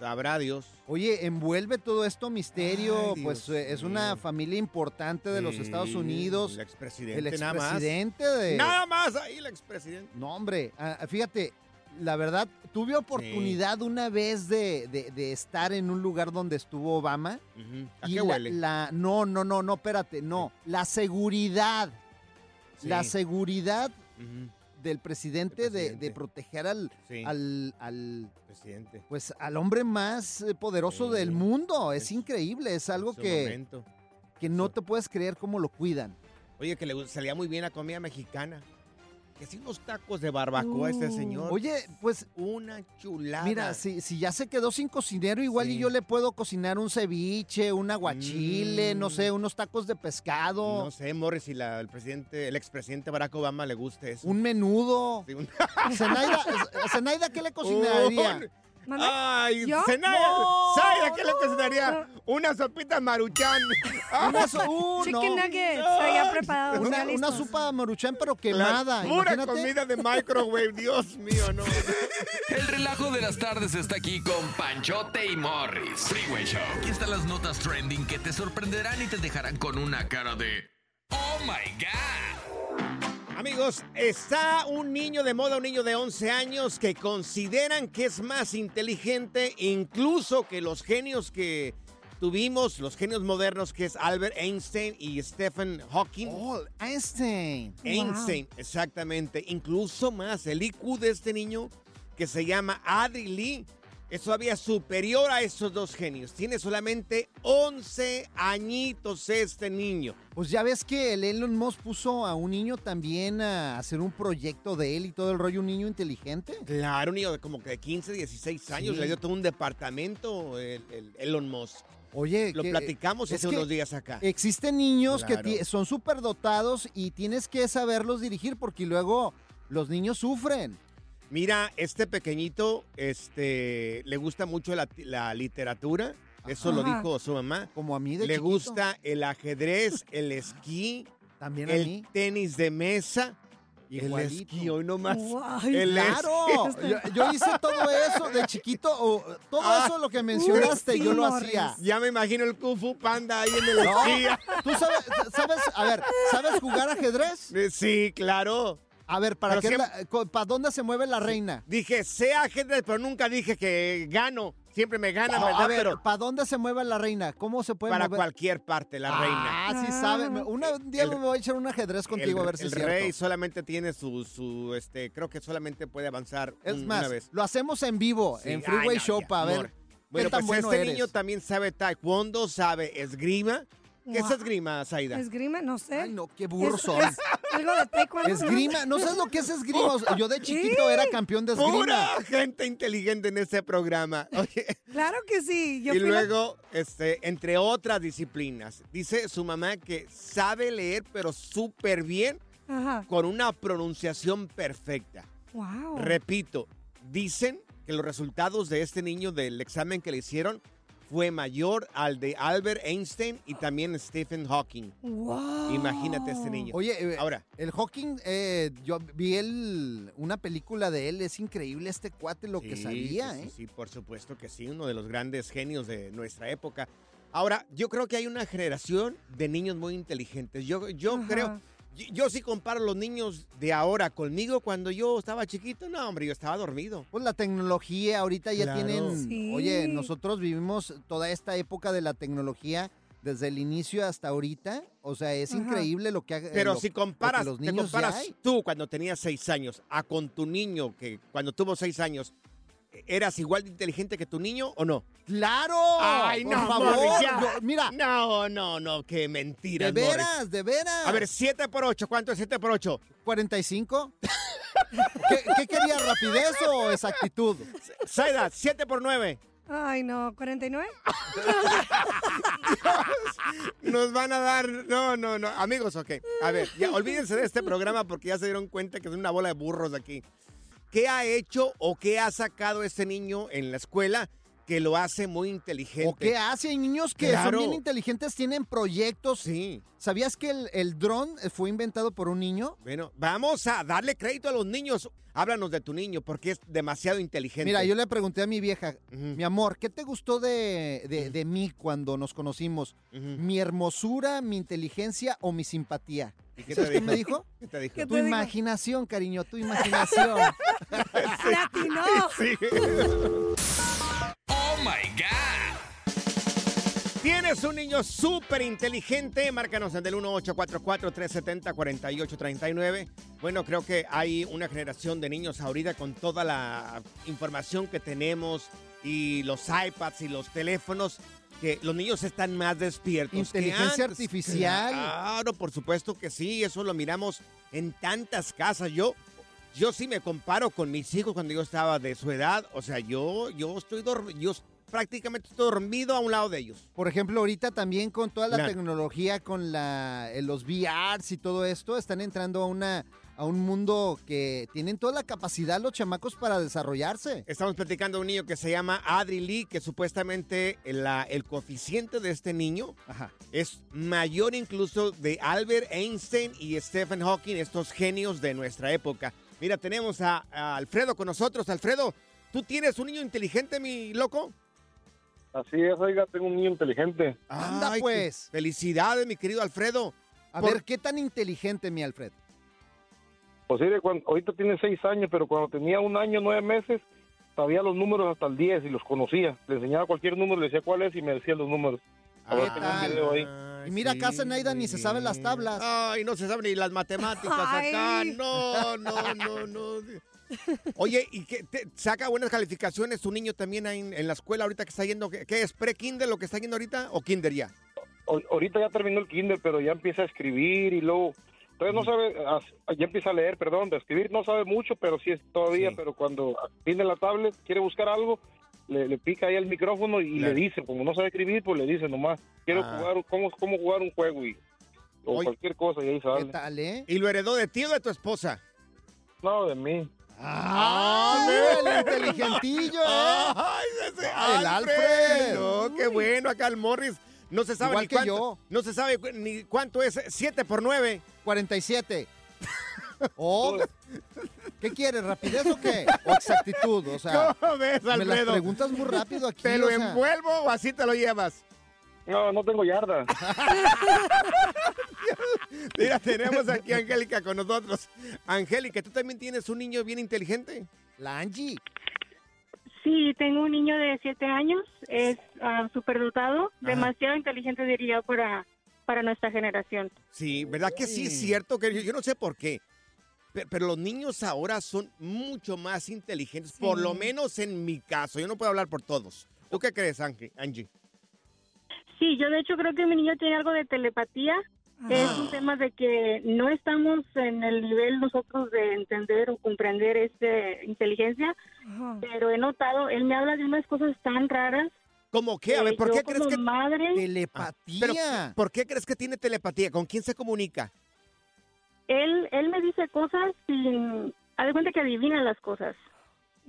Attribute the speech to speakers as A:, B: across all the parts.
A: Sabrá Dios.
B: Oye, envuelve todo esto misterio,
A: Ay,
B: pues
A: Dios
B: eh, es una
A: mío.
B: familia importante de los
A: Sí,
B: Estados Unidos,
A: El expresidente,
B: el
A: nada más.
B: expresidente de...
A: Nada más ahí el expresidente.
B: No, hombre, ah, ah, fíjate, la verdad, tuve oportunidad una vez de, de- de estar en un lugar donde estuvo Obama.
A: Ujú. ¿A
B: y
A: qué
B: la-
A: huele?
B: la- no, no, no, no, espérate, no. La seguridad,
A: Sí,
B: la seguridad
A: ujú,
B: del presidente,
A: Del
B: de- De,
A: presidente.
B: proteger al,
A: sí,
B: al, al-
A: presidente.
B: pues, al hombre más eh, poderoso
A: Sí,
B: del mundo. Es
A: es-
B: increíble, es
A: En
B: algo
A: su
B: que,
A: momento.
B: que no
A: su-
B: te puedes creer cómo lo cuidan.
A: Oye, que le gu- salía muy bien la comida mexicana. Que sí, unos tacos de barbacoa este señor.
B: Oye, pues
A: Una chulada.
B: Mira, si, si ya se quedó sin cocinero, igual y
A: Sí.
B: yo le puedo cocinar un ceviche, un aguachile, no
A: Mm.
B: sé, unos tacos de pescado,
A: No sé, Morris, si la- el presidente, el expresidente Barack Obama le guste eso.
B: un menudo.
A: Sí, un-
B: Zenaida, a Zenaida, ¿qué le cocinaría?
A: Un- Ah,
C: Mamá,
A: Ay,
C: ¿Yo?
A: Zenaida,
C: No,
A: Zenaida, ¿qué le
C: no,
A: cocinaría? Una sopita maruchan. Ah,
B: Una, so- uh, no,
C: chicken nuggets, allá preparado.
B: una- una sopa maruchan, pero quemada.
A: La Pura
B: imagínate.
A: comida de microwave, Dios mío, no.
D: El relajo de las tardes está aquí con Panchote y Morris. Freeway Show. Aquí están las notas trending que te sorprenderán y te dejarán con una cara de. ¡Oh my God!
A: Amigos, está un niño de moda, un niño de 11 años que consideran que es más inteligente incluso que los genios que tuvimos, los genios modernos que es Albert Einstein y Stephen Hawking.
B: Oh, Einstein.
A: Einstein, exactamente. Incluso más, el IQ de este niño que se llama Adri Lee es todavía superior a estos dos genios. Tiene solamente 11 añitos este niño.
B: Pues ya ves que el Elon Musk puso a un niño también a hacer un proyecto de él y todo el rollo, un niño inteligente.
A: Claro, un niño de como que de 15, 16 años.
B: Sí.
A: Le dio todo un departamento el, el Elon Musk.
B: Oye,
A: Lo
B: que- eh,
A: platicamos
B: es
A: hace
B: que- eh,
A: unos días acá.
B: Existen niños
A: Claro.
B: que ti- son superdotados y tienes que saberlos dirigir porque luego los niños sufren.
A: Mira, este pequeñito este, le gusta mucho la, la literatura. Eso lo
C: Ajá.
A: dijo su mamá.
B: Como a mí de
A: Le
B: chiquito.
A: gusta el ajedrez, el esquí,
B: También a mí.
A: el tenis de mesa, el
B: Igualito.
A: esquí, hoy nomás. el-
B: Claro,
C: Este-
B: yo, yo hice todo eso de chiquito, o, todo
A: Ah.
B: eso lo que mencionaste,
C: Uy, sí,
B: yo lo
C: Morris.
B: hacía.
A: Ya me imagino el Kung Fu Panda ahí en el esquí.
B: ¿Tú sabes, sabes, a ver, sabes jugar ajedrez?
A: Eh, Sí, claro.
B: A ver,
A: Pero
B: ¿para qué
A: siempre-
B: la- co- ¿para dónde se mueve la reina?
A: Dije, sé ajedrez, pero nunca dije que gano. Siempre me ganan, ¿verdad?
B: a ver,
A: pero
B: ¿para dónde se mueve la reina? ¿cómo se puede
A: para
B: mover?
A: cualquier parte, la reina.
B: Ah, sí sabe. Me- Una, un día
A: El-
B: me voy a echar un ajedrez contigo
A: el,
B: a ver si
A: el
B: es cierto.
A: rey solamente tiene su, su, este, creo que solamente puede avanzar
B: Es
A: un-
B: más,
A: Mm, una vez.
B: lo hacemos en vivo,
A: Sí.
B: en
A: Ay,
B: Freeway
A: no,
B: Show,
A: ya,
B: para
A: amor.
B: ver
A: Bueno,
B: qué tan
A: pues
B: bueno
A: este
B: eres.
A: niño también sabe taekwondo, sabe esgrima. ¿Qué es
C: Guau.
A: esgrima, Zaida?
C: Esgrima, no sé.
B: Ay, no, qué burro
C: Es-
B: son.
C: es algo de taekwondo. ¿no?
B: Esgrima, ¿no sabes lo que es esgrima? O sea, yo de chiquito era campeón de esgrima.
A: Pura gente inteligente en este programa. Oye,
C: Claro que sí. Yo
A: y
C: fui la-
A: luego, este, entre otras disciplinas, dice su mamá que sabe leer, pero súper bien,
C: Ajá.
A: con una pronunciación perfecta.
B: Oh.
C: Wow.
A: Repito, dicen que los resultados de este niño del examen que le hicieron fue mayor al de Albert Einstein y también Stephen Hawking.
C: wow.
A: Imagínate este niño.
B: Oye, eh,
A: Ahora,
B: el Hawking, eh, yo vi el- una película de él, es increíble este cuate lo que
A: Sí,
B: sabía,
A: sí,
B: ¿eh?
A: Sí, sí, por supuesto que sí, uno de los grandes genios de nuestra época. Ahora, yo creo que hay una generación de niños muy inteligentes. Yo, yo
C: Ajá.
A: creo, yo, yo sí comparo los niños de ahora conmigo cuando yo estaba chiquito. No, hombre, yo estaba dormido.
B: Pues la tecnología ahorita ya
A: Claro.
B: tienen.
C: Sí.
B: Oye, nosotros vivimos toda esta época de la tecnología desde el inicio hasta ahorita. O sea, es
C: Ajá.
B: increíble lo que ha.
A: Pero
B: lo-
A: si comparas,
B: los
A: te
B: niños ya
A: comparas
B: hay.
A: tú cuando tenías seis años a con tu niño que cuando tuvo seis años, ¿eras igual de inteligente que tu niño o no?
B: ¡Claro!
A: Ay,
B: por
A: no,
B: favor.
A: Morris, ya.
B: Yo- mira,
A: No, no, no, qué mentira.
B: de veras, de veras.
A: A ver, 7 por 8, ¿cuánto es 7 por 8?
B: ¿45? ¿Qué, qué quería? ¿Rapidez o exactitud?
A: Saida, 7 por 9.
C: Ay, no, ¿49?
A: Nos van a dar. No, no, no. Amigos, ok. A ver, ya olvídense de este programa porque ya se dieron cuenta que es una bola de burros aquí. ¿Qué ha hecho o qué ha sacado este niño en la escuela que lo hace muy inteligente?
B: ¿O qué hace? Hay niños que
A: Claro.
B: son bien inteligentes, tienen proyectos.
A: Sí.
B: ¿Sabías que el, el dron fue inventado por un niño?
A: Bueno, vamos a darle crédito a los niños. Háblanos de tu niño porque es demasiado inteligente.
B: Mira, yo le pregunté a mi vieja,
A: Ujú,
B: mi amor, ¿qué te gustó de, de- de mí cuando nos conocimos?
A: ujú.
B: ¿Mi hermosura, mi inteligencia o mi simpatía?
A: ¿Y qué
B: ¿Sabes
A: te
B: qué
A: dijo?
B: me dijo?
A: ¿Qué te dijo?
C: ¿Qué
B: Tu
C: te dijo?
B: imaginación, cariño, tu imaginación. Ah,
C: ¡Latino!
D: ¡Oh my God!
A: Tienes un niño súper inteligente, márcanos en el 1844-370-4839. Bueno, creo que hay una generación de niños ahorita con toda la información que tenemos y los iPads y los teléfonos, que los niños están más despiertos. que antes.
B: Inteligencia artificial.
A: Claro, por supuesto que sí, eso lo miramos en tantas casas. Yo, yo sí me comparo con mis hijos cuando yo estaba de su edad, o sea, yo, yo estoy dormido, yo prácticamente estoy dormido a un lado de ellos.
B: Por ejemplo, ahorita también con toda la
A: Claro.
B: tecnología, con la, eh, los VRs y todo esto, están entrando a, una, a un mundo que tienen toda la capacidad los chamacos para desarrollarse.
A: Estamos platicando de un niño que se llama Adri Lee, que supuestamente la- el coeficiente de este niño
B: Ajá.
A: es mayor incluso de Albert Einstein y Stephen Hawking, estos genios de nuestra época. Mira, tenemos a, a Alfredo con nosotros. Alfredo, ¿tú tienes un niño inteligente, mi loco?
E: Así es, oiga, tengo un niño inteligente.
B: Anda,
A: Ay, qué-
B: pues.
A: Felicidades, mi querido Alfredo.
B: A
A: Por-
B: ver, ¿qué tan inteligente, mi Alfred?
E: Pues sí, de cuan- ahorita tiene seis años, pero cuando tenía un año, nueve meses, sabía los números hasta el diez y los conocía. Le enseñaba cualquier número, le decía cuál es y me decía los números. Ahora
B: tengo un
E: video ahí.
A: Ay,
B: Y mira, acá Zenaida
A: muy
B: ni se sabe las
A: bien.
B: tablas.
A: Ay, no se sabe ni las matemáticas acá.
C: Ay.
A: No, no, no, no. Oye, ¿y qué te- saca buenas calificaciones tu niño también ahí en, en la escuela ahorita que está yendo? ¿Qué, qué es pre-kinder lo que está yendo ahorita o kinder ya?
E: O- ahorita ya terminó el kinder, pero ya empieza a escribir y luego... Entonces
A: Mm.
E: no sabe, as- ya empieza a leer, perdón, de escribir no sabe mucho, pero sí es todavía,
A: Sí.
E: pero cuando tiene la tablet, quiere buscar algo, le, le pica ahí el micrófono y
A: Claro.
E: le dice, como no sabe escribir, pues le dice nomás, quiero
A: Ah.
E: jugar, cómo, cómo jugar un juego y, o
A: Oye.
E: cualquier cosa y ahí
B: ¿Qué
E: sale.
B: tal, eh?
A: ¿Y lo heredó de ti o de tu esposa?
E: No, de mí.
B: ¡Ah! el inteligentillo, eh!
A: ¡Ay, ese Alfred!
B: El Alfred.
A: No, qué bueno, acá el Morris. No se sabe
B: Igual
A: ni
B: que
A: cuánto.
B: yo.
A: No se sabe cu- ni cuánto es 7 por 9.
B: 47. Oh,
A: Pues.
B: ¿Qué quieres, rapidez o qué? ¿O exactitud? O sea,
A: ¿Cómo ves,
B: me las
A: Alfredo?
B: preguntas muy rápido aquí.
A: ¿Te lo
B: o sea.
A: envuelvo o así te lo llevas?
E: No, no tengo yarda.
A: Mira, tenemos aquí a Angélica con nosotros. Angélica, ¿tú también tienes un niño bien inteligente?
B: La Angie.
F: Sí, tengo un niño de siete años, es ah, superdotado, demasiado inteligente diría para, para nuestra generación.
A: Sí, ¿verdad que sí es cierto? Que yo, yo no sé por qué. pe- Pero, los niños ahora son mucho más inteligentes, por lo
C: Sí.
A: menos en mi caso. Yo no puedo hablar por todos. ¿Tú qué crees, Angie? Angie?
F: Sí, yo de hecho creo que mi niño tiene algo de telepatía, que
B: Eh.
F: es un tema de que no estamos en el nivel nosotros de entender o comprender esta inteligencia,
C: Ajá.
F: pero he notado, él me habla de unas cosas tan raras.
A: ¿Cómo qué? A
F: que
A: ver, ¿por
F: Eh, yo
A: qué crees
F: como
A: que
F: madre,
A: pero-
B: Telepatía.
A: por qué crees que tiene telepatía? ¿Con quién se comunica?
F: él, él me dice cosas sin... Haz de cuenta que adivina las cosas.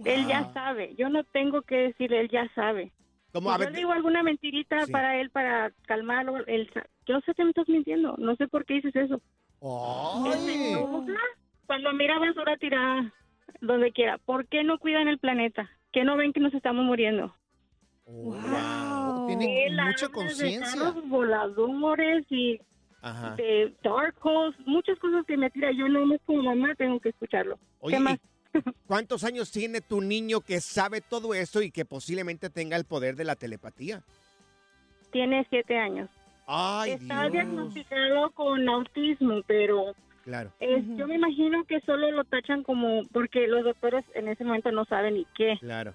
F: Él ya sabe, yo no tengo que decirle, él ya sabe.
A: Como a
F: Si Pues yo
A: ver,
F: digo alguna mentirita
A: Sí.
F: para él, para calmarlo, él, sa- yo sé que me estás mintiendo, no sé por qué dices eso. Él se
B: Ay.
F: enoja cuando mira basura tirada donde quiera. ¿Por qué no cuidan el planeta? ¿Qué no ven que nos estamos muriendo?
C: Wow. wow.
B: tienen
F: Él
B: mucha
F: habla De
B: conciencia.
F: carros voladores y
A: Ajá.
F: de Dark Horse, muchas cosas que me tira. Yo no más como mamá tengo que escucharlo.
A: Oye,
F: ¿qué más?
A: ¿y ¿cuántos años tiene tu niño que sabe todo esto y que posiblemente tenga el poder de la telepatía?
F: Tiene siete años.
A: Ay,
F: Está
A: Dios.
F: diagnosticado con autismo, pero
A: Claro.
F: es-
C: Ujú.
F: yo me imagino que solo lo tachan como porque los doctores en ese momento no saben ni qué.
A: Claro.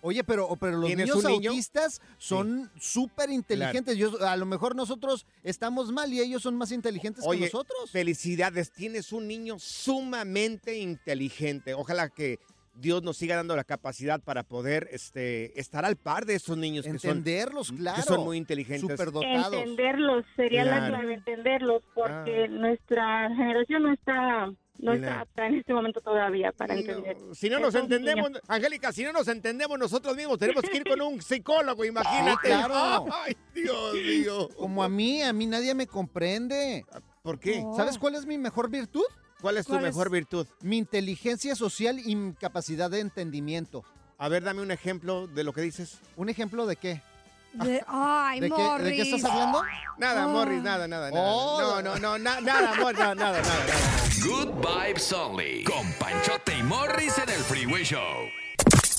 B: Oye, pero, o- pero los
A: ¿Tienes
B: niños
A: un niño?
B: autistas son súper inteligentes. Yo- A lo mejor nosotros estamos mal y ellos son más inteligentes
A: Oye,
B: que nosotros.
A: Felicidades, tienes un niño sumamente inteligente. Ojalá que Dios nos siga dando la capacidad para poder este, estar al par de esos niños que son,
B: Entenderlos, claro.
A: que son muy inteligentes.
B: superdotados.
F: Entenderlos sería la
A: Claro.
F: clave, entenderlos, porque
A: Ah.
F: nuestra generación no está no está
A: Claro.
F: apta en este momento todavía para
A: No,
F: entender.
A: si no nos
F: Entonces,
A: entendemos, Angélica, si no nos entendemos nosotros mismos, tenemos que ir con un psicólogo, imagínate.
B: claro.
A: Ay, Dios mío.
B: Como a mí, a mí nadie me comprende.
A: ¿Por qué?
C: No.
B: ¿Sabes cuál es mi mejor virtud?
A: ¿Cuál es tu
C: ¿Cuál es?
A: mejor virtud?
B: Mi inteligencia social y mi capacidad de entendimiento.
A: A ver, dame un ejemplo de lo que dices.
B: ¿Un ejemplo de qué?
C: De- ay,
B: ¿De qué,
C: Morris.
B: de qué estás hablando?
A: Nada,
C: Ah.
A: Morris, nada, nada, nada.
B: Oh.
A: No, no, no, na- nada, Morris, nada, nada, nada.
D: Good Vibes Only. Con Panchote y Morris en el Freeway Show.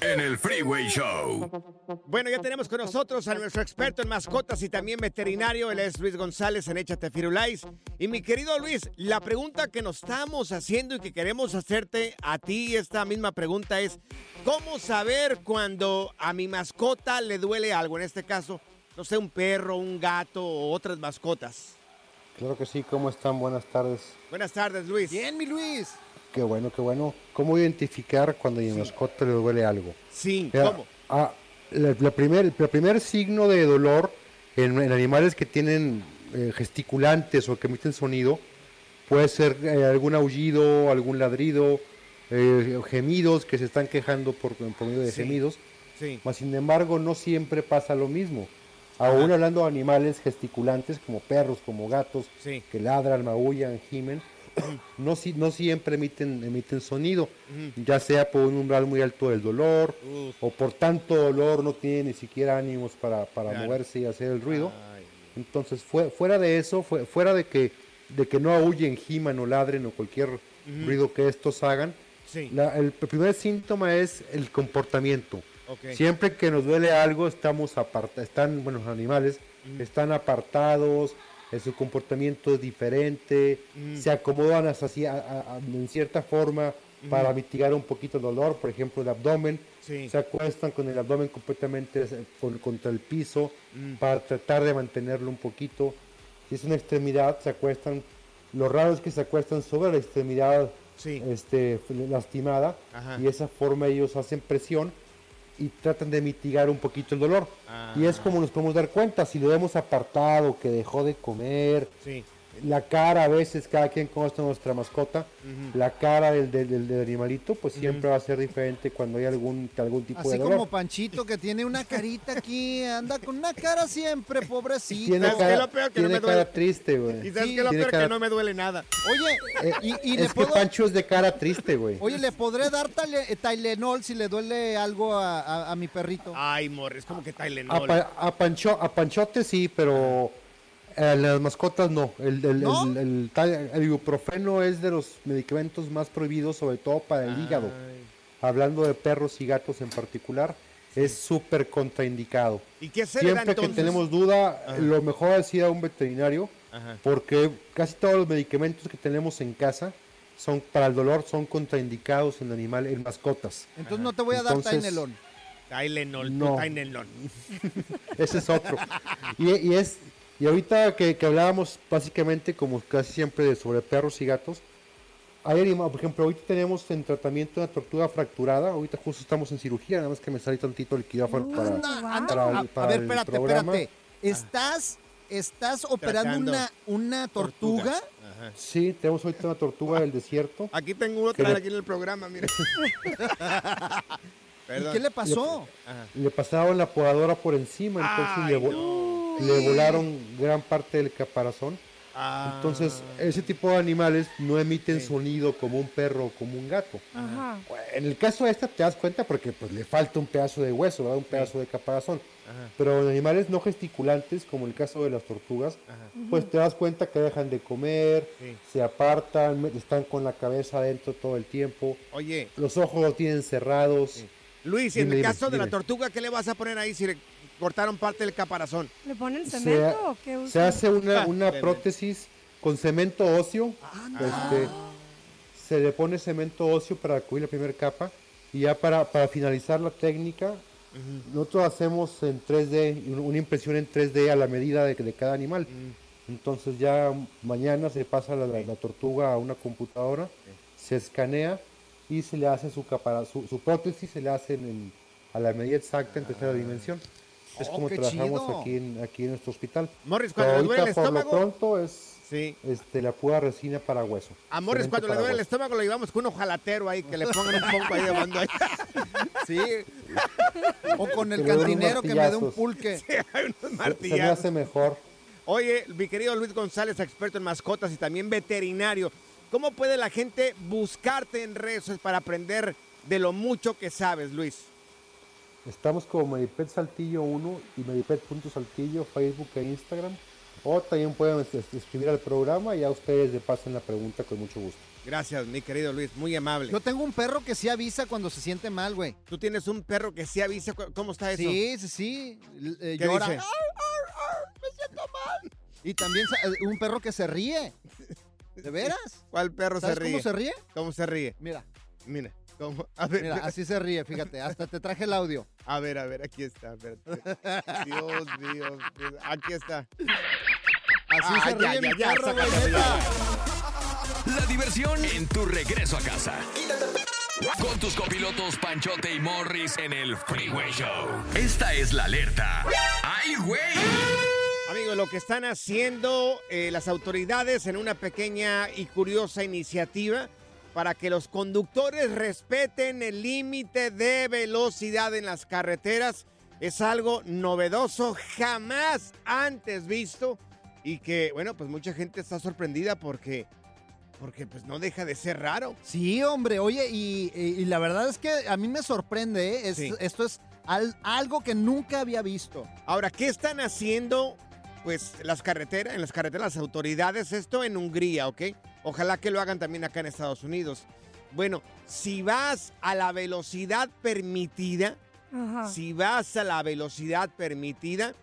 D: en el Freeway Show.
A: Bueno, ya tenemos con nosotros a nuestro experto en mascotas y también veterinario, él es Luis González en Échate Firulais. Y mi querido Luis, la pregunta que nos estamos haciendo y que queremos hacerte a ti esta misma pregunta es, ¿cómo saber cuando a mi mascota le duele algo? En este caso, no sé, un perro, un gato o otras mascotas.
G: Claro que sí, ¿cómo están? Buenas tardes.
A: Buenas tardes, Luis.
B: Bien, mi Luis.
G: Qué bueno, qué bueno. ¿Cómo identificar cuando a mi mascota le duele algo?
A: Sí,
G: Mira,
A: ¿cómo?
G: ah, la, la primer, el primer signo de dolor en, en animales que tienen eh, gesticulantes o que emiten sonido puede ser eh, algún aullido, algún ladrido, eh, gemidos que se están quejando por, por medio de
A: Sí.
G: gemidos.
A: Sí.
G: Mas, sin embargo, no siempre pasa lo mismo. Aún hablando de animales gesticulantes como perros, como gatos,
A: Sí.
G: que ladran, maullan, gimen, no, si- no siempre emiten, emiten sonido, ya sea por un umbral muy alto del dolor
A: Uf.
G: o por tanto dolor no tienen ni siquiera ánimos para, para
A: Claro.
G: moverse y hacer el ruido.
A: Ay,
G: Entonces, fue, fuera de eso, fue, fuera de que, de que no aullen, giman o ladren o cualquier ruido que estos hagan,
A: sí.
G: la- el primer síntoma es el comportamiento.
A: Ok.
G: Siempre que nos duele algo, estamos apartados, están, bueno, los animales están apartados, eh, su comportamiento es diferente, se acomodan hasta así, a- a- a- en cierta forma para mitigar un poquito el dolor, por ejemplo, el abdomen,
A: Sí.
G: se acuestan con el abdomen completamente eh, con- contra el piso
A: Mm.
G: para tratar de mantenerlo un poquito. Si es una extremidad, se acuestan, lo raro es que se acuestan sobre la extremidad
A: Sí.
G: este, lastimada
A: Ajá.
G: y de esa forma ellos hacen presión y tratan de mitigar un poquito el dolor.
A: Ah.
G: Y es como nos podemos dar cuenta, si lo hemos apartado, que dejó de comer,
A: Sí.
G: la cara a veces, cada quien conoce a nuestra mascota, la cara del, del- del- del animalito pues siempre va a ser diferente cuando hay algún, algún tipo de
B: Así
G: dolor.
B: como Panchito que tiene una carita aquí, anda con una cara siempre, pobrecito.
G: Tiene
A: ¿Sabes qué es lo
G: cara,
A: peor? Que no
G: tiene
A: me
G: cara
A: duele.
G: triste, güey.
A: Y sabes
G: Sí,
A: que lo
G: tiene
A: peor
G: cara-
A: que no me duele nada.
B: Oye,
G: Eh,
B: y, y le
G: es que
B: puedo...
G: Pancho es de cara triste, güey.
B: Oye, ¿le podré dar tale- eh, Tylenol si le duele algo a, a- a mi perrito?
A: Ay, Morris, como que Tylenol.
G: A, Ah, pa- a Pancho, a Panchote sí, pero a las mascotas no. El, el-
B: ¿No?
G: el- el tal- el ibuprofeno es de los medicamentos más prohibidos, sobre todo para el hígado.
A: Ay.
G: Hablando de perros y gatos en particular, es súper contraindicado.
A: ¿Y qué se le da
G: Siempre que
A: entonces?
G: tenemos duda, lo mejor es ir a un veterinario,
A: Ajá.
G: porque casi todos los medicamentos que tenemos en casa son para el dolor son contraindicados en animal, en mascotas.
B: Entonces no te voy a dar
G: Entonces-
B: Tylenol.
A: Tylenol,
G: No.
A: no. Tylenol.
G: Ese es otro. Y, y es y ahorita que, que hablábamos básicamente como casi siempre de sobre perros y gatos, hay anima- por ejemplo, ahorita tenemos en tratamiento una tortuga fracturada, ahorita justo estamos en cirugía, nada más que me salí tantito el quirófano para...
B: Anda,
C: wow.
B: anda.
G: Para el-
B: A- a,
G: para
B: ver,
G: el
B: espérate,
G: programa.
B: espérate. Estás, estás operando
A: Ah. Tratando. Ah,
B: una, una tortuga
A: Tortugas. Ajá.
G: Sí, tenemos ahorita una tortuga del desierto.
A: Aquí tengo uno
G: Que
A: otra
G: le-
A: aquí en el programa, mira.
B: ¿Y
A: Perdón.
B: qué le pasó?
A: Ajá.
G: Le pasaron la podadora por encima, entonces
A: Ay,
G: le, vo- le volaron gran parte del caparazón.
A: Ah.
G: Entonces, ese tipo de animales no emiten sonido como un perro o como un gato.
C: Ajá.
G: En el caso de esta te das cuenta porque pues, le falta un pedazo de hueso, ¿verdad? un pedazo de caparazón. Pero en animales no gesticulantes, como el caso de las tortugas, pues te das cuenta que dejan de comer,
A: Sí.
G: se apartan, me- están con la cabeza adentro todo el tiempo,
A: Oye,
G: los ojos los tienen cerrados.
A: Luis, en
G: Dime,
A: el
G: dime,
A: caso de la
G: dime.
A: tortuga, ¿qué le vas a poner ahí si le cortaron parte del caparazón?
C: ¿Le ponen
G: Se
C: cemento
G: ha-
C: o qué
G: se,
C: usan?
G: hace una, una
A: Deme.
G: prótesis con cemento óseo.
C: Ah,
G: este, se le pone cemento óseo para cubrir la primera capa. Y ya para, para finalizar la técnica, nosotros hacemos en 3D, un- una impresión en 3D a la medida de, de cada animal. Entonces ya mañana se pasa la, la- la tortuga a una computadora, se escanea y se le hace su, capara- su, su prótesis, se le hace en- en- a la medida exacta en
A: Ah.
G: tercera dimensión. Es
B: Oh,
G: como
B: qué
G: trabajamos
B: chido.
G: aquí en, aquí en nuestro hospital.
A: Morris,
G: Pero
A: cuando le duele el
G: ahorita, por lo
A: estómago.
G: pronto es
A: Sí.
G: este, la pura resina para hueso.
A: A Morris,
G: Cemento
A: cuando le
G: para
A: duele el
G: hueso.
A: estómago, lo llevamos con un ojalatero ahí, que le pongan un poco ahí de mando ahí.
B: Sí. O con el
G: Que le den unos
B: cantinero que me dé un
G: martillazos.
B: pulque.
A: Hay unos
G: Se- Se me
A: martillazos.
G: hace mejor.
A: Oye, mi querido Luis González, experto en mascotas y también veterinario, ¿cómo puede la gente buscarte en redes sociales para aprender de lo mucho que sabes, Luis?
G: Estamos como Medipet Saltillo 1 y Medipet.saltillo, Facebook e Instagram. O también pueden es- es- escribir al programa y a ustedes le pasen la pregunta con mucho gusto.
A: Gracias, mi querido Luis, muy amable.
B: Yo tengo un perro que sí avisa cuando se siente mal, güey.
A: Tú tienes un perro que sí avisa cu- cómo está eso.
B: Sí, sí, sí. L- eh,
A: ¿Qué
B: llora.
A: dice?
B: "Ar, ar, ar, me siento mal". Y también sa- eh, un perro que se ríe. ¿De veras?
A: ¿Cuál perro se
B: ¿Sabes
A: ríe?
B: cómo se ríe?
A: ¿Cómo se ríe?
B: Mira,
A: Mira, ¿cómo? A ver,
B: mira, así se ríe, fíjate. Hasta te traje el audio.
A: a ver, a ver, aquí está. espérate. Dios, Dios, Dios, aquí está.
B: Así
A: Ah,
B: se
A: ya,
B: ríe
A: ya,
B: mi
A: ya,
B: perro, güey,
A: sácate,
B: neta.
D: La diversión en tu regreso a casa. Con tus copilotos Panchote y Morris en el Freeway Show. Esta es la alerta. ¡Ay, güey!
A: Amigos, lo que están haciendo eh, las autoridades en una pequeña y curiosa iniciativa para que los conductores respeten el límite de velocidad en las carreteras es algo novedoso, jamás antes visto y que, bueno, pues mucha gente está sorprendida porque, porque pues no deja de ser raro.
B: Sí, hombre, oye, y, y- y la verdad es que a mí me sorprende, ¿eh? Es-
A: Sí.
B: Esto es al- algo que nunca había visto.
A: Ahora, ¿qué están haciendo? Pues las carreteras, en las carreteras las autoridades, esto en Hungría, ¿ok? Ojalá que lo hagan también acá en Estados Unidos. Bueno, si vas a la velocidad permitida,
C: Ajá.
B: Ah.
A: si vas a la velocidad permitida,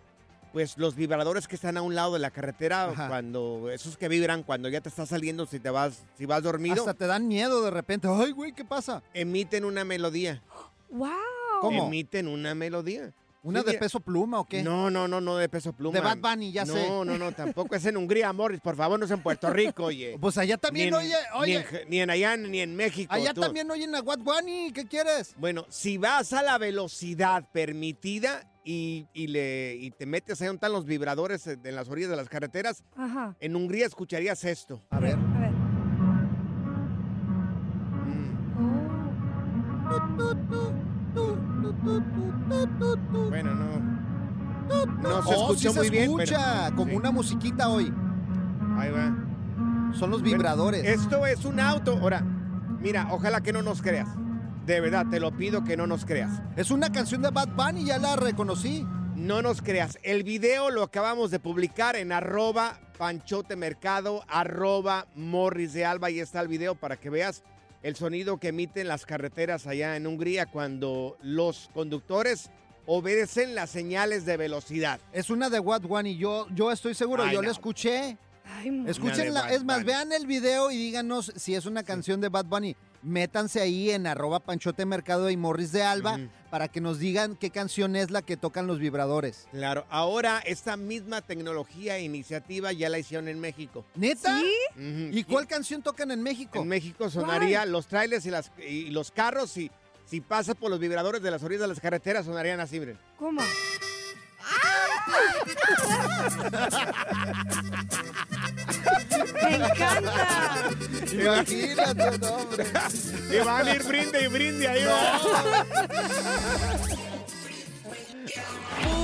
A: pues los vibradores que están a un lado de la carretera,
B: Ajá.
A: cuando esos que vibran cuando ya te estás saliendo, si te vas, si vas dormido,
B: Hasta te dan miedo de repente. Ay, güey, ¿qué pasa?
A: emiten una melodía.
C: ¡Wow!
B: ¿Cómo?
A: Emiten una melodía.
B: ¿Una
A: Sí,
B: de
A: mira.
B: peso pluma o qué?
A: No, no, no, no de peso pluma.
B: De Bad Bunny, ya
A: no,
B: sé.
A: No, no, tampoco es en Hungría, Morris, por favor, no es en Puerto Rico, oye.
B: Pues allá también,
A: eh, Ni en-
B: oye, oye.
A: Ni en, ni en allá, ni en México.
B: allá
A: tú.
B: también oyen a What Bunny, ¿qué quieres?
A: Bueno, si vas a la velocidad permitida y, y le, y te metes ahí donde están los vibradores eh, en las orillas de las carreteras,
C: Ajá.
A: en Hungría escucharías esto.
B: A ver.
C: A ver.
A: Mm,
C: Oh.
A: bueno, no. No se
B: Oh, sí
A: escuchó
B: se
A: muy bien. pero-
B: escucha, como
A: sí,
B: una musiquita hoy.
A: Ahí va.
B: Son los
A: Bueno,
B: vibradores.
A: Esto es un auto. Ahora, mira, ojalá que no nos creas. De verdad, te lo pido que no nos creas.
B: Es una canción de Bad Bunny, ya la reconocí.
A: No nos creas. El video lo acabamos de publicar en arroba panchotemercado, arroba morris de alba. Ahí está el video para que veas el sonido que emiten las carreteras allá en Hungría cuando los conductores obedecen las señales de velocidad.
B: Es una de What Bunny, yo, yo estoy seguro,
A: Ay,
B: yo la
A: no.
B: escuché.
C: Ay, mo-
A: Una
B: Escúchenla,
A: de
B: es más,
A: Bad Bunny.
B: vean el video y díganos si es una canción de Bad Bunny. Métanse ahí en arroba Panchote Mercado y Morris de Alba
A: Ujú.
B: para que nos digan qué canción es la que tocan los vibradores.
A: Claro, ahora esta misma tecnología e iniciativa ya la hicieron en México.
B: ¿Neta?
C: ¿Sí?
A: Ujú.
B: ¿Y cuál canción tocan en México?
A: En México sonaría los trailers y, las, y los carros y si pasas por los vibradores de las orillas de las carreteras sonarían así, miren.
C: ¿Cómo? ¡Me encanta!
B: Imagínate, no, hombre.
A: Y van a ir brinde y brinde ahí. va.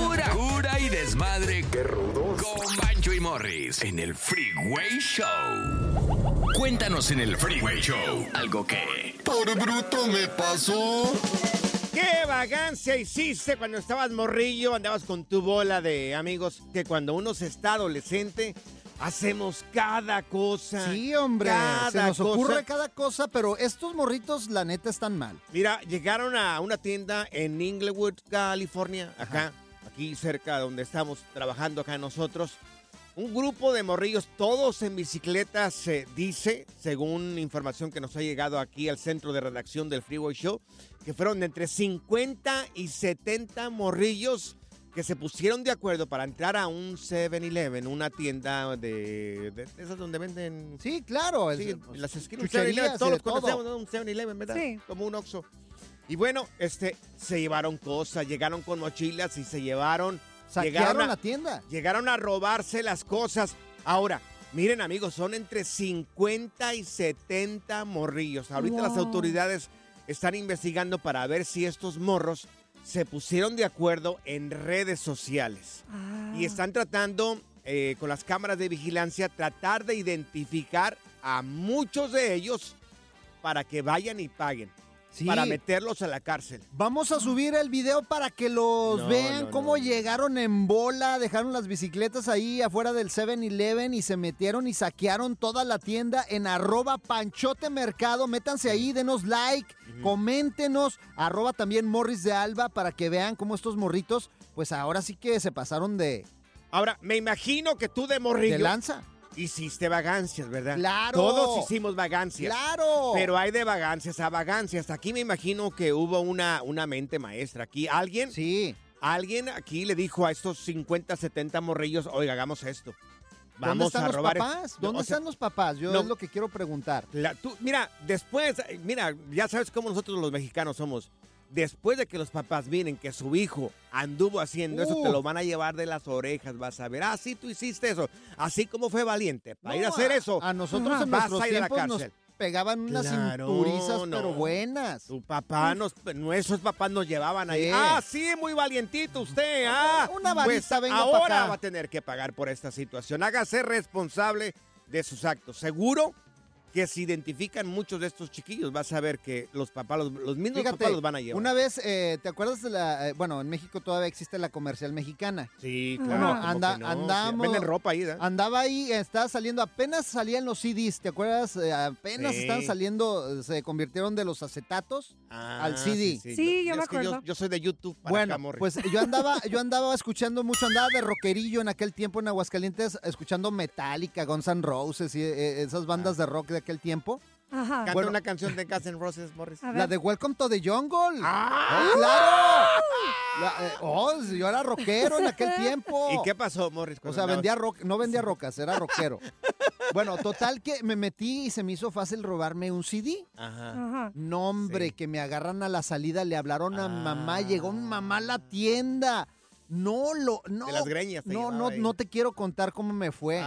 D: Pura cura y desmadre. Qué rudos. Con Bancho y Morris en el Freeway Show. Cuéntanos en el Freeway Show algo que. Por bruto me pasó.
A: ¿Qué vagancia hiciste cuando estabas morrillo? Andabas con tu bola de amigos. Que cuando uno se está adolescente, hacemos cada cosa.
B: Sí, hombre. se
A: Cada
B: nos ocurre
A: cosa.
B: cada cosa, pero estos morritos, la neta, están mal.
A: Mira, llegaron a una tienda en Inglewood, California, acá, aquí cerca donde estamos trabajando acá nosotros. Un grupo de morrillos, todos en bicicleta, se dice, según información que nos ha llegado aquí al centro de redacción del Freeway Show, que fueron entre 50 y 70 morrillos que se pusieron de acuerdo para entrar a un 7-Eleven, una tienda de, de- de esas donde venden
B: Sí, claro. el-
A: Sí, en
B: pues,
A: las esquinas, un
B: chucherías
A: 7-Eleven,
B: y
A: todos
B: de
A: los
B: todo.
A: conocemos, ¿no? un 7-Eleven, ¿verdad?
C: Sí.
A: Como un Oxxo. Y bueno, este, se llevaron cosas, llegaron con mochilas y se llevaron,
B: Saquearon
A: llegaron a-
B: la tienda.
A: llegaron a robarse las cosas. Ahora, miren amigos, son entre 50 y 70 morrillos. Ahorita las
C: Wow.
A: autoridades están investigando para ver si estos morros se pusieron de acuerdo en redes sociales.
C: Ah,
A: Y están tratando eh, con las cámaras de vigilancia tratar de identificar a muchos de ellos para que vayan y paguen,
B: Sí.
A: para meterlos a la cárcel.
B: Vamos a subir el video para que los
A: No,
B: vean
A: no, no,
B: cómo
A: no.
B: llegaron en bola, dejaron las bicicletas ahí afuera del 7-Eleven y se metieron y saquearon toda la tienda en arroba panchote mercado. Métanse ahí, denos like, coméntenos, arroba también Morris de Alba para que vean cómo estos morritos, pues ahora sí que se pasaron de,
A: Ahora, me imagino que tú de
B: de
A: morrillo
B: lanza.
A: hiciste vagancias, ¿verdad?
B: ¡Claro!
A: Todos hicimos vagancias.
B: ¡Claro!
A: Pero hay de vagancias a vagancias. Aquí me imagino que hubo una, una mente maestra. Aquí alguien,
B: Sí.
A: alguien aquí le dijo a estos 50, 70 morrillos, oiga, hagamos esto. Vamos
B: ¿Dónde están
A: a
B: los
A: robar. este,
B: papás? ¿Dónde
A: O sea,
B: están los papás? Yo
A: no.
B: es lo que quiero preguntar.
A: La- tú- mira, después, eh, mira, ya sabes cómo nosotros los mexicanos somos. Después de que los papás miren que su hijo anduvo haciendo eso, te
B: Uh.
A: lo van a llevar de las orejas, vas a ver. Ah, sí, tú hiciste eso. Así como fue valiente para
B: No,
A: ir a hacer eso.
B: A nosotros en
A: vas
B: nuestros
A: a ir a la
B: tiempos nos
A: cárcel.
B: pegaban unas
A: Claro,
B: cinturizas,
A: no.
B: pero buenas.
A: Tu papá nos, nuestros papás nos llevaban ahí.
B: Sí.
A: Ah, sí, muy valientito usted. Ah,
B: Una
A: pues
B: varita, venga pa'
A: ahora
B: acá.
A: va a tener que pagar por esta situación. Hágase responsable de sus actos. Seguro que se identifican muchos de estos chiquillos. Vas a ver que los papás, los, los mismos
B: Fíjate,
A: papás los van a llevar.
B: una vez, eh, ¿te acuerdas de la... eh, bueno, en México todavía existe la comercial mexicana.
A: Sí,
C: Ah.
A: claro.
C: Bueno,
A: ¿cómo
B: anda-
A: que no?
B: andamos-
A: Venden ropa ahí, ¿verdad?
B: Andaba ahí, estaba saliendo, apenas salían los CDs, ¿te acuerdas? Eh, apenas
A: Sí.
B: estaban saliendo, eh, se convirtieron de los acetatos.
A: Ah,
B: al CD.
C: Sí, yo me
A: Es que Yo,
C: acuerdo.
A: yo soy de YouTube. Para
B: bueno,
A: acá, morri.
B: pues yo andaba, yo andaba escuchando mucho, andaba de rockerillo en aquel tiempo en Aguascalientes, escuchando Metallica, Guns N' Roses y eh, esas bandas
A: Ah.
B: de rock de aquel tiempo.
C: Ajá.
A: Canta
B: bueno.
A: una canción de Guns N' Roses, Morris.
C: A ver.
B: La de Welcome to the Jungle.
A: ¡Ah!
B: ¡Oh, ¡Claro! La- eh, oh, yo era rockero en aquel tiempo.
A: ¿Y qué pasó, Morris?
B: O
A: cuando
B: sea,
A: andabas?
B: vendía rock, no vendía rocas, era rockero. Bueno, total que me metí y se me hizo fácil robarme un CD. Ah.
A: Ajá.
C: Ajá.
B: No, hombre,
A: Sí.
B: que me agarran a la salida, le hablaron a
A: Ah.
B: mamá, llegó mi mamá a la tienda. No, lo, no.
A: de las greñas. te
B: no,
A: llevaba
B: no,
A: ahí.
B: no te quiero contar cómo me fue.
A: Ay,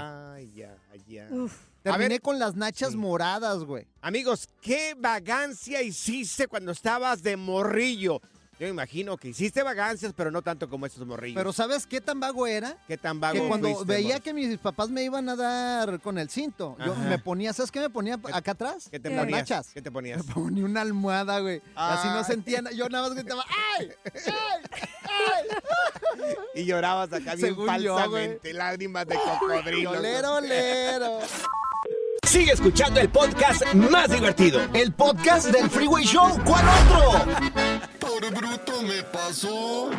A: Ah, ya, ay, ya.
C: Uf.
B: Terminé
A: ver.
B: con las nachas
A: Sí.
B: moradas, güey.
A: Amigos, ¿qué vagancia hiciste cuando estabas de morrillo? Yo me imagino que hiciste vagancias, pero no tanto como estos morrillos.
B: Pero ¿sabes qué tan vago era?
A: ¿Qué tan vago
B: que cuando
A: fuiste,
B: veía
A: Morris?
B: que mis papás me iban a dar con el cinto, yo
A: Ajá.
B: me ponía, ¿sabes qué me ponía acá atrás?
A: ¿Qué te
B: las
A: ponías?
B: nachas.
A: ¿Qué te ponías?
B: Me ponía una almohada, güey. Así no
A: Ay.
B: sentía nada. Yo nada más gritaba, ¡ay!
A: Y llorabas acá bien
B: Según yo, güey.
A: falsamente, lágrimas de cocodrilo.
B: ¡Olero, olero!
A: Sigue escuchando el podcast más divertido.
B: El podcast del Freeway Show, ¿cuál otro?
D: Por bruto me pasó.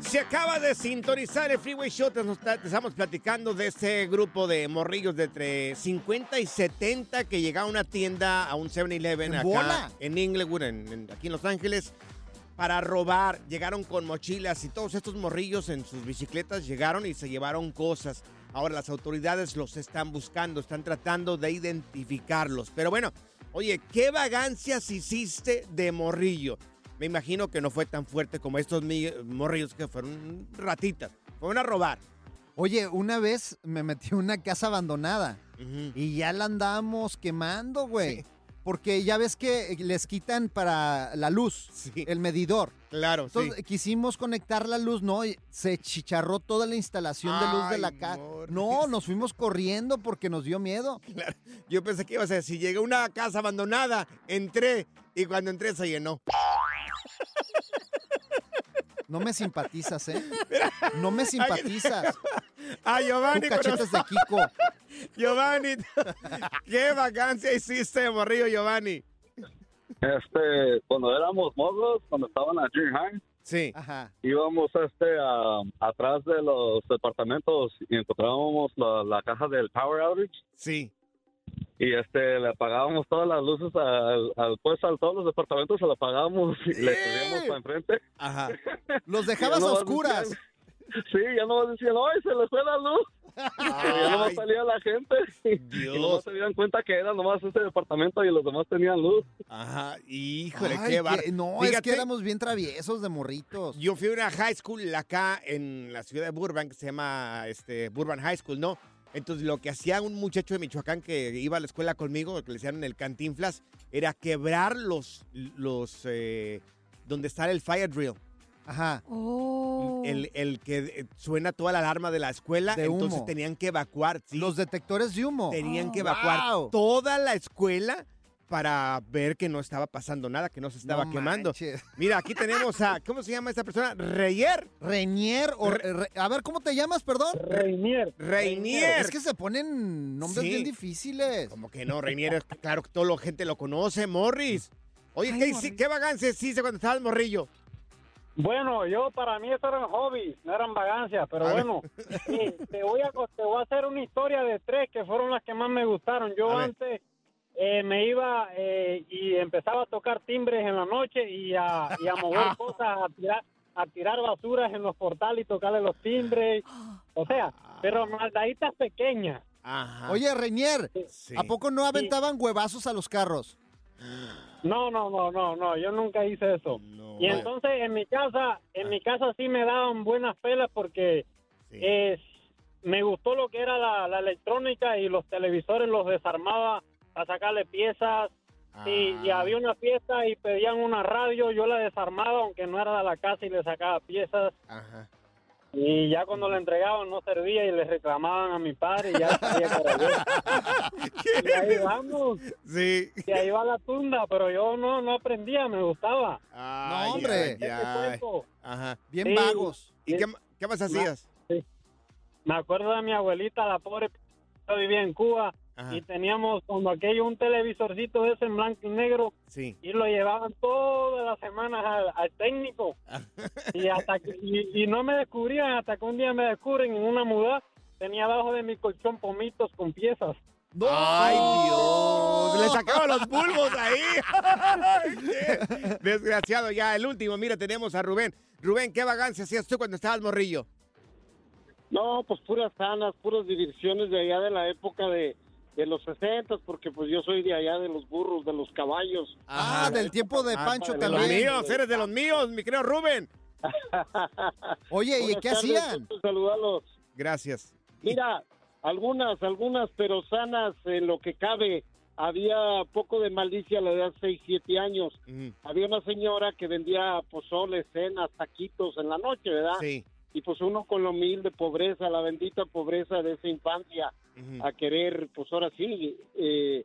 A: Se acaba de sintonizar el Freeway Show. Te, nos- te estamos platicando de este grupo de morrillos de entre 50 y 70 que llega a una tienda, a un 7-Eleven
B: En
A: acá
B: bola.
A: en Inglewood, en- en- aquí en Los Ángeles, para robar. Llegaron con mochilas y todos estos morrillos en sus bicicletas llegaron y se llevaron cosas. Ahora las autoridades los están buscando, están tratando de identificarlos. Pero bueno, oye, ¿qué vagancias hiciste de morrillo? Me imagino que no fue tan fuerte como estos mi- morrillos que fueron ratitas. Fueron a robar.
B: Oye, una vez me metí a una casa abandonada. Y ya la andamos quemando, güey. Porque ya ves que les quitan para la luz,
A: Sí.
B: el medidor.
A: Claro, sí.
B: Entonces quisimos conectar la luz, no, y se chicharró toda la instalación de luz de
A: Ay,
B: la casa.
A: amor.
B: No, nos fuimos corriendo porque nos dio miedo. eh,
A: Yo pensé que ibas a decir, llegué a una casa abandonada, entré y cuando entré se llenó.
B: No me simpatizas, ¿eh? No me simpatizas.
A: Ah,
B: Tú
A: Giovanni, conoce-
B: cachetes de Kiko.
A: Giovanni, qué vacancia hiciste, morrillo Giovanni.
H: Este, cuando éramos morros, cuando estaban a Junior High,
A: Sí.
B: Ajá.
H: íbamos este, a- atrás de los departamentos y encontrábamos la, la caja del power outage
A: Sí.
H: y este, le apagábamos todas las luces al, al pues a todos los departamentos, se la apagábamos y le subíamos para enfrente.
A: Ajá.
B: Los dejabas
H: Ya
B: a
H: no vas
B: oscuras.
H: diciendo- Sí, ya no vas diciendo, ¡ay, se les fue la luz! Pero ya no
A: Ay,
H: salía la gente. Y nomás
A: Dios.
H: se dieron cuenta que era nomás este departamento y los demás tenían luz.
A: Ajá. Híjole,
B: Ay,
A: qué bar.
B: que- No, es
A: Fíjate,
B: que éramos bien traviesos de morritos.
A: Yo fui a una high school acá en la ciudad de Burbank, que se llama este, Burbank High School, ¿no? Entonces, lo que hacía un muchacho de Michoacán que iba a la escuela conmigo, que le decían el cantinflas, era quebrar los, los, eh, donde está el fire drill.
B: Ajá.
C: Oh.
A: El, el que eh, suena toda la alarma de la escuela,
B: De
A: entonces
B: humo.
A: tenían que evacuar. sí,
B: Los detectores de humo. Ah,
A: tenían
C: Oh.
A: que evacuar
B: Wow.
A: toda la escuela para ver que no estaba pasando nada, que no se estaba
B: No
A: quemando.
B: manches.
A: Mira, aquí tenemos a, ¿cómo se llama esta persona? Reyer.
B: Reñer o re- a ver cómo te llamas, perdón.
E: Reinier.
A: Reinier.
B: Es que se ponen nombres
A: Sí.
B: bien difíciles.
A: Como que no, Reinier, es que claro que toda la gente lo conoce, Morris. Oye,
C: Ay,
A: ¿qué,
C: Morris.
A: hici- ¿qué vagancias hice cuando estabas morrillo?
E: Bueno, yo para mí eso eran hobbies, no eran vagancias, pero
A: A ver.
E: bueno, sí, te, voy a, co- te voy a hacer una historia de tres que fueron las que más me gustaron. Yo
A: A ver.
E: antes eh, me iba eh, y empezaba a tocar timbres en la noche y a, y a mover cosas, a tirar, a tirar basuras en los portales y tocarle los timbres. O sea, pero maldaditas pequeñas.
A: Ajá.
B: Oye, Reñer,
A: Ah. Sí.
B: ¿a poco no aventaban huevazos a los carros?
E: No, no, no, no, no, yo nunca hice eso.
A: No. Ah.
E: Y entonces en mi casa, en mi casa sí me daban buenas pelas porque...
A: Sí.
E: es- me gustó lo que era la, la electrónica y los televisores los desarmaba para sacarle piezas. Si
A: Ah.
E: y había una fiesta y pedían una radio, yo la desarmaba aunque no era de la casa y le sacaba piezas.
A: Ajá.
E: Y ya cuando la entregaban no servía y le reclamaban a mi padre y ya sabía que era yo. Y ahí vamos,
A: Sí.
E: y ahí va la tunda, pero yo no, no aprendía, me gustaba.
A: Ay,
B: hombre.
A: ay,
E: Ese
A: ay.
E: cuento.
A: Ajá.
B: Bien
E: Sí.
B: vagos.
A: ¿Y
E: Sí.
A: qué, ma- qué más hacías?
E: Me acuerdo de mi abuelita, la pobre, yo vivía en Cuba
A: Ajá.
E: y teníamos como aquello un televisorcito de ese en blanco y negro
A: Sí.
E: y lo llevaban todas las semanas al, al técnico y, hasta que- y, y no me descubrían hasta que un día me descubren en una muda tenía abajo de mi colchón pomitos con piezas
A: ¡Ay, Dios! Le sacaba los bulbos ahí. Ay, qué Desgraciado, ya el último. Mira, tenemos a Rubén. Rubén, ¿qué vagancia hacías tú cuando estabas morrillo?
E: no pues puras sanas puras divisiones de allá de la época de, de los 60 porque pues yo soy de allá de los burros de los caballos
B: Ah, del tiempo de
A: Ah,
B: Pancho
E: de
A: De los
B: también.
A: míos, eres de los míos, mi querido Rubén.
B: Oye, ¿y
E: Buenas
B: qué
E: tardes,
B: hacían?
E: gusto saludarlos
A: Gracias.
E: Mira, algunas, algunas, pero sanas en lo que cabe. Había poco de malicia a la edad 6, 7 años.
A: Ujú,
E: Había una señora que vendía pozoles, cenas, taquitos en la noche, ¿verdad?
A: Sí.
E: Y pues uno con lo humilde pobreza, la bendita pobreza de esa infancia,
A: ujú.
E: a querer, pues ahora sí, eh,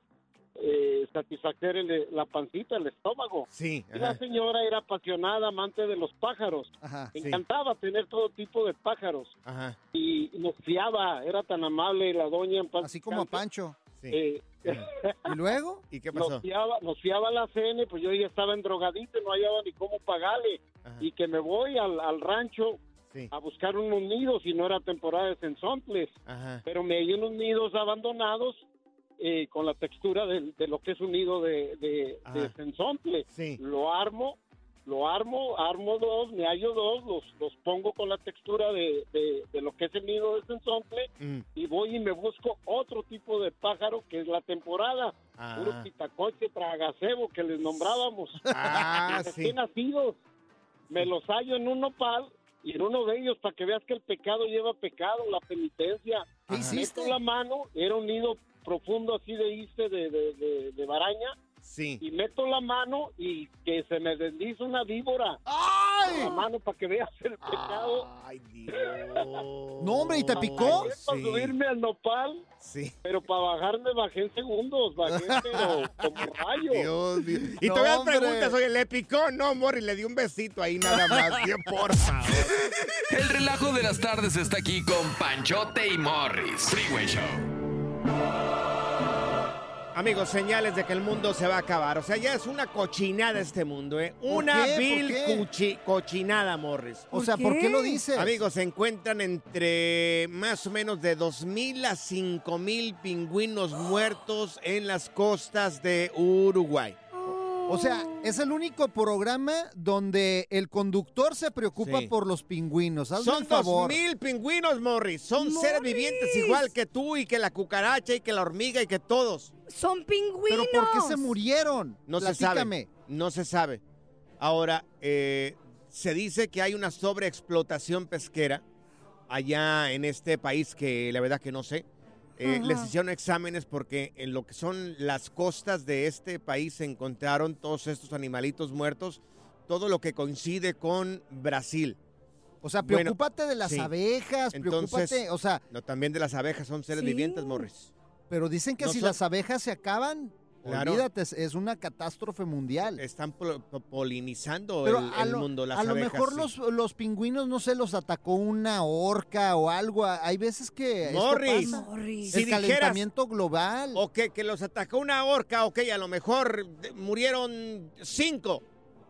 E: eh, satisfacer el- la pancita, el estómago.
A: Sí.
E: Y la
A: ajá.
E: señora era apasionada, amante de los pájaros.
B: Ajá.
E: Le
A: Sí.
E: encantaba tener todo tipo de pájaros
A: Ajá.
E: y nos fiaba, era tan amable la doña en paz
B: Así como a
E: descanse,
B: Pancho.
A: Sí.
E: eh,
B: ¿Y luego?
A: ¿Y qué pasó?
E: nos, fiaba, nos fiaba la cena y pues yo ya estaba en drogadito y no hallaba ni cómo pagarle
A: Ajá,
E: y que me voy al, al rancho
A: Sí.
E: a buscar unos nidos y no era temporada de sensomples,
A: Ajá.
E: pero me hallé unos nidos abandonados eh, con la textura del- de, lo que es un nido de, de,
A: Ajá.
E: de sensomple.
A: Sí.
E: Lo armo, lo armo, armo dos, me hallo dos, los, los pongo con la textura de, de- de lo que es el nido de sensomple
A: mm,
E: y voy y me busco otro tipo de pájaro que es la temporada, puro
A: Ah,
E: pitacoche, tragacebo que les nombrábamos.
A: Ah,
E: Y
A: sí.
E: recién nacidos, me los hallo en un nopal y en uno de ellos para que veas que el pecado lleva pecado, la penitencia.
B: ¿Qué
A: Ajá.
B: hiciste?
E: Meto la mano, era un nido
I: profundo así de hice de, de, de, de baraña
A: Sí.
I: y meto la mano y que se me desliza una víbora.
A: Ah.
B: ¡Ay!
I: La mano para que veas el pecado.
A: Ay, Dios. No,
B: hombre, ¿y te picó?
I: Para
A: Sí.
I: subirme al nopal,
A: sí.
I: pero para bajarme bajé en segundos, bajé pero como rayo.
A: Dios mío. Y
B: No,
A: todavía
B: hombre.
A: preguntas, oye, ¿le picó? No, Mori, le di un besito ahí nada más. Dios, por favor.
D: El relajo de las tardes está aquí con Panchote y Morris. Freeway Show.
A: Amigos, señales de que el mundo se va a acabar. O sea, ya es una cochinada este mundo, ¿eh? Una
B: qué? ¿Por
A: vil
B: qué?
A: cuchi- cochinada, Morris.
B: O
C: ¿Por
B: sea, ¿por qué
C: qué?
B: lo dices?
A: Amigos, se encuentran entre más o menos de 2.000 a 5.000 pingüinos muertos en las costas de Uruguay.
B: O sea, es el único programa donde el conductor se preocupa
A: Sí.
B: por los pingüinos. Hazme
A: Son
B: el favor.
A: 2.000 pingüinos, Morris. Son seres
C: Morris.
A: vivientes igual que tú y que la cucaracha y que la hormiga y que todos.
C: Son
B: Pero
C: pingüinos.
B: ¿por qué se murieron?
A: No
B: Platícame.
A: se sabe. No se sabe. Ahora, eh, se dice que hay una sobreexplotación pesquera allá en este país que la verdad que no sé. Eh,
C: Ajá.
A: les hicieron exámenes porque en lo que son las costas de este país se encontraron todos estos animalitos muertos, todo lo que coincide con Brasil.
B: O sea,
A: Bueno,
B: preocúpate de las
A: sí.
B: abejas,
A: Entonces-
B: preocúpate. O sea,
A: No, también de las abejas son seres
C: Sí.
A: vivientes, Morris.
B: pero dicen que
A: No
B: si
A: son-
B: las abejas se acaban,
A: Claro.
B: olvídate, es- es una catástrofe mundial.
A: Están pol- po- polinizando
B: Pero
A: el,
B: a
A: el
B: lo,
A: mundo, las
B: a lo
A: abejas,
B: mejor
A: sí.
B: los, los pingüinos, no sé, los atacó una orca o algo. A- Hay veces que esto
A: Morris.
B: pasa.
C: Morris.
A: Sí. Si dijeras-
B: El calentamiento global.
A: O que, que los atacó una orca, ok, a lo mejor de- murieron cinco.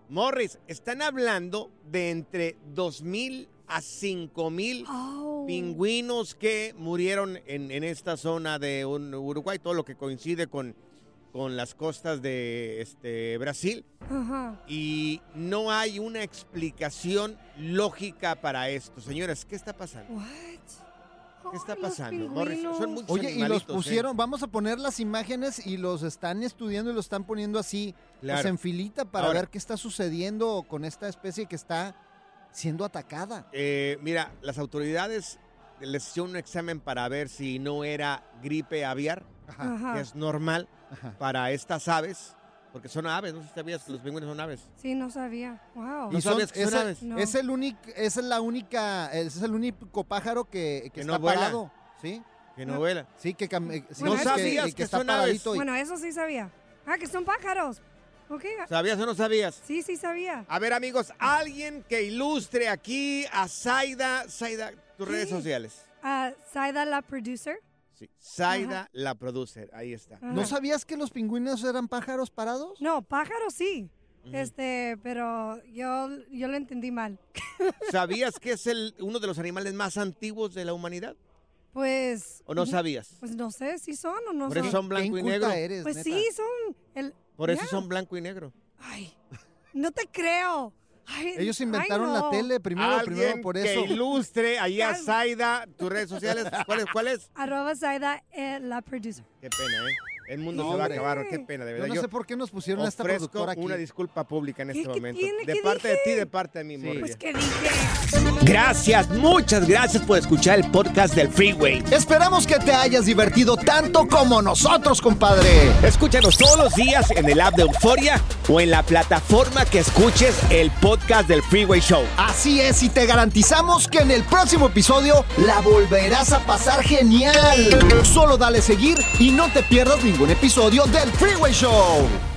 A: Morris, están hablando de entre 2.000 a 5.000
C: Oh.
A: pingüinos que murieron en, en esta zona de un- Uruguay, todo lo que coincide con, con las costas de este, Brasil.
C: Ajá.
A: Y no hay una explicación lógica para esto. Señores, ¿qué está pasando?
C: What?
A: ¿Qué está
C: Ay, los
A: pasando, Morris? Son
C: pingüinos.
A: muchos
B: Oye, y los
A: animalitos, ¿eh?
B: pusieron, vamos a poner las imágenes y los están estudiando y los están poniendo así, pues,
A: Claro.
B: en filita para
A: Ahora-
B: ver qué está sucediendo con esta especie que está siendo atacada.
A: Eh, mira, las autoridades les hicieron un examen para ver si no era gripe aviar,
B: Ajá,
A: que
C: Ajá.
A: es normal
B: ajá.
A: para estas aves, porque son aves, no sé si sabías que los pingüinos son aves.
C: Sí, no sabía. Wow.
A: ¿No
B: Y son-
A: sabías que son
B: esa-
A: aves?
C: No.
B: Es el único, es la única, es el único pájaro que, que
A: Que
B: está
A: no vuela.
B: parado, ¿sí?
A: Que no vuelan.
B: Sí, que, cam- eh, sí,
C: No
B: es
A: sabías que
B: está
A: son aves.
B: paradito y-
C: Bueno, eso sí sabía. Ah, que son pájaros. Ok. ah,
A: ¿Sabías o no sabías?
C: Sí, sí sabía.
A: A ver, amigos, alguien que ilustre aquí a Zaida. Zaida, tus redes
C: Sí.
A: sociales.
C: Ah, Saida, la producer.
A: Sí. Zaida, la producer. Ahí está.
C: Ajá.
B: ¿No sabías que los pingüinos eran pájaros parados?
C: No, pájaros sí.
A: Ujú.
C: Este, pero yo, yo lo entendí mal.
A: ¿Sabías que es el, uno de los animales más antiguos de la humanidad?
C: Pues.
A: ¿O no sabías?
C: Pues no sé si son o no
A: Por
C: son.
A: eso son
B: ¿Qué
A: blanco y
B: inculta
A: negro.
B: eres,
C: pues
B: neta?
C: sí, son. El...
A: Por eso
C: Ya.
A: son blanco y negro.
C: Ay, no te creo. Ay,
B: Ellos
C: ay,
B: inventaron la
C: no.
B: tele primero,
A: Alguien
B: primero por eso.
A: que ilustre ahí a
C: Calma.
A: Zaida, tus redes sociales, ¿cuál es? cuál es?
C: Arroba Saida, eh, la producer.
A: Qué pena, ¿eh? El mundo
B: No,
A: se va a
B: hombre.
A: acabar, qué pena, de
B: Yo
A: verdad.
B: no sé por qué nos pusieron a esta
A: ofrezco
B: productora aquí.
A: una disculpa pública en
C: ¿Qué-
A: este
C: qué
A: momento.
C: tiene?
A: De
C: ¿Qué
A: parte de
C: dije?
A: ti, de parte de mí, Morris.
C: Pues que dije.
A: Gracias, muchas gracias por escuchar el podcast del Freeway.
B: Esperamos que te hayas divertido tanto como nosotros, compadre.
A: Escúchanos todos los días en el app de Euforia o en la plataforma que escuches el podcast del Freeway Show.
B: Así es, y te garantizamos que en el próximo episodio la volverás a pasar genial. Solo dale seguir y no te pierdas ningún episodio del Freeway Show.